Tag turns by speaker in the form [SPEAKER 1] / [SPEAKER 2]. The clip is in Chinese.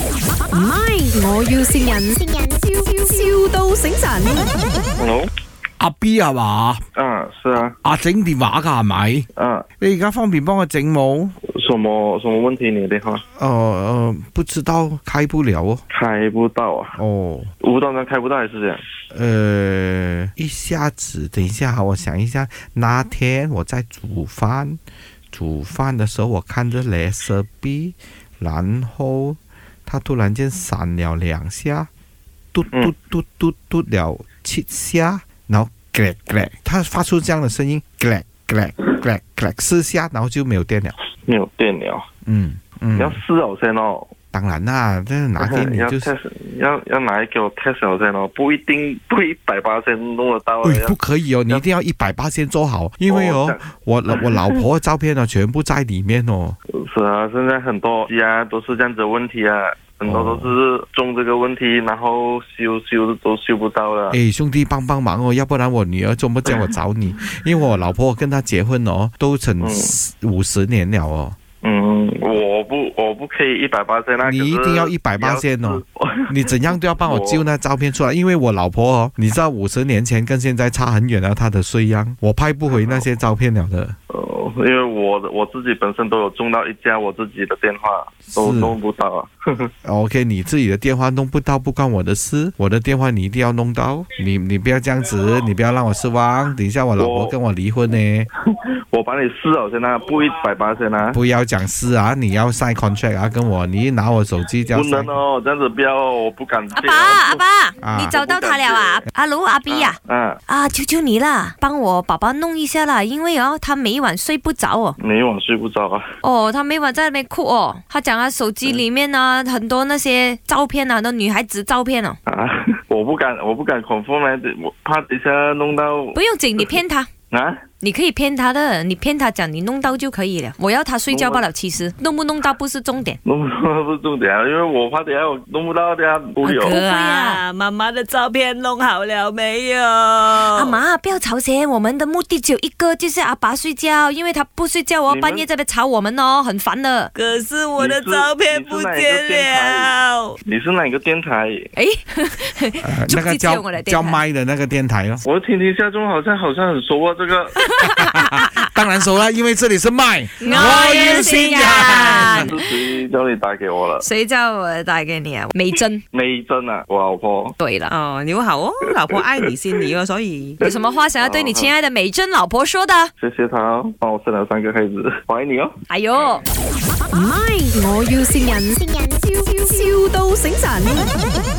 [SPEAKER 1] 唔係，我要善人，笑笑到醒神。
[SPEAKER 2] Hello，
[SPEAKER 3] 阿 B 系嘛？
[SPEAKER 2] 啊，是啊，
[SPEAKER 3] 阿整電話㗎係咪？
[SPEAKER 2] 啊，
[SPEAKER 3] 你而家方便幫我整冇？
[SPEAKER 2] 什么什么问题？你的电话
[SPEAKER 3] 呃呃，不知道開不了哦。
[SPEAKER 2] 开不到啊，
[SPEAKER 3] 哦，
[SPEAKER 2] 无端端开不到还是这样？
[SPEAKER 3] 呃，一下子，等一下，我想一下，那天我在煮饭，煮饭的时候我看着镭射 B，然后它突然间闪了两下，嘟嘟嘟嘟嘟了七下，然后 g 咯，它发出这样的声音 g 咯 g 咯 g 咯四下，然后就没有电了。
[SPEAKER 2] 没有电了，
[SPEAKER 3] 嗯
[SPEAKER 2] 你要
[SPEAKER 3] 嗯，
[SPEAKER 2] 试好先哦。
[SPEAKER 3] 当然啦，这哪天你
[SPEAKER 2] 要
[SPEAKER 3] 就是。
[SPEAKER 2] test，要要拿来给我 test 好先哦，不一定 不一百八先弄得到的。啊
[SPEAKER 3] 哎，
[SPEAKER 2] 要
[SPEAKER 3] 不可以哦，你一定要一百八先做好，因为
[SPEAKER 2] 哦这样，
[SPEAKER 3] 哦我老我老婆的照片呢，全部在里面哦。
[SPEAKER 2] 是啊，现在很多家都是这样子的问题啊，很多
[SPEAKER 3] 哦
[SPEAKER 2] 都是中这个问题，然后修修都修不到啊了。
[SPEAKER 3] 哎，兄弟，帮帮忙哦，要不然我女儿周末叫我 找你，因为我老婆跟她结婚哦，都成
[SPEAKER 2] 嗯
[SPEAKER 3] 五十年了哦。
[SPEAKER 2] 嗯，我不我不可以一百八先啊，
[SPEAKER 3] 你
[SPEAKER 2] 可是
[SPEAKER 3] 一定要180先哦
[SPEAKER 2] 要是。
[SPEAKER 3] 你怎样都要帮我
[SPEAKER 2] 我
[SPEAKER 3] 揪那照片出来，因为我老婆哦，你知道五十年前跟现在差很远啊，她的衰样，我拍不 回那些
[SPEAKER 2] 哦
[SPEAKER 3] 照片了的。
[SPEAKER 2] 呃，因为我的我自己本身都有中到一家我自己的电话，都
[SPEAKER 3] 是
[SPEAKER 2] 弄不到啊。
[SPEAKER 3] OK，你自己的电话弄不到不关我的事，我的电话你一定要弄到。你你不要这样子，你不要让我失望。等一下我老婆
[SPEAKER 2] 我
[SPEAKER 3] 跟我离婚呢，
[SPEAKER 2] 啊我帮你试好先啊，不一百八先啊，
[SPEAKER 3] 不要讲事啊，你要 sign contract 啊，跟我，你一拿我手机就要
[SPEAKER 2] 不能
[SPEAKER 3] sign
[SPEAKER 2] 哦，这样子不要哦，我不敢
[SPEAKER 4] 阿
[SPEAKER 2] 接
[SPEAKER 4] 爸，
[SPEAKER 2] 哦。
[SPEAKER 4] 阿爸，
[SPEAKER 3] 啊
[SPEAKER 4] 你找到他了啊？阿卢，阿 B 呀、
[SPEAKER 2] 嗯、啊，
[SPEAKER 4] 啊，求求你啦，帮我宝宝弄一下啦，因为哦，他每一晚睡不着哦，
[SPEAKER 2] 每晚睡不着啊。
[SPEAKER 4] 哦，他每晚在那边哭哦，他讲他手机里面呢、很多那些照片啊，那女孩子照片哦，
[SPEAKER 2] 啊，我不敢，我不敢 confirm 啊我怕等一下弄到
[SPEAKER 4] 不用紧，你 骗他。
[SPEAKER 2] 啊，
[SPEAKER 4] 你可以骗他的，你骗他讲你弄到就可以了。我要他睡觉罢了，其实弄不弄到不是重点。
[SPEAKER 2] 弄到不是重点啊，因为我怕等一下我弄不到，等一下忽悠
[SPEAKER 4] 阿。哥啊，
[SPEAKER 5] 啊，妈妈的照片弄好了没有？
[SPEAKER 4] 阿
[SPEAKER 5] 阿
[SPEAKER 4] 妈不要吵醒，我们的目的只有一个，就是阿爸睡觉，因为他不睡觉哦
[SPEAKER 2] 你，们
[SPEAKER 4] 半夜在那边吵我们哦，很烦的。
[SPEAKER 5] 可是我的照片不
[SPEAKER 2] 你是你是哪一个电
[SPEAKER 5] 见
[SPEAKER 2] 台
[SPEAKER 5] 了。
[SPEAKER 2] 你是哪一个电台？
[SPEAKER 4] 诶，
[SPEAKER 3] 呃
[SPEAKER 4] 就
[SPEAKER 3] 那个
[SPEAKER 4] 就
[SPEAKER 3] 叫
[SPEAKER 4] 用我的电
[SPEAKER 3] 叫
[SPEAKER 4] 台啊
[SPEAKER 3] 麦的那个电台哦。
[SPEAKER 2] 我听听下，中好像好像很熟啊，这 个
[SPEAKER 3] 当然熟了，因为这里是麦。
[SPEAKER 4] 啊我要
[SPEAKER 3] 新
[SPEAKER 4] 新人
[SPEAKER 2] 是谁叫你打给我了？
[SPEAKER 4] 谁叫我打给你啊？美珍，
[SPEAKER 2] 梅珍啊，我老婆。
[SPEAKER 4] 对了，
[SPEAKER 5] 哦，你好哦，老婆爱你是你哦，所以
[SPEAKER 4] 有什么话想要对你亲爱的美珍老婆说的？
[SPEAKER 2] 谢谢他哦帮我生了三个孩子， 怀你哦。
[SPEAKER 4] 哎呦！
[SPEAKER 1] 唔係，我要善人，笑笑到醒神。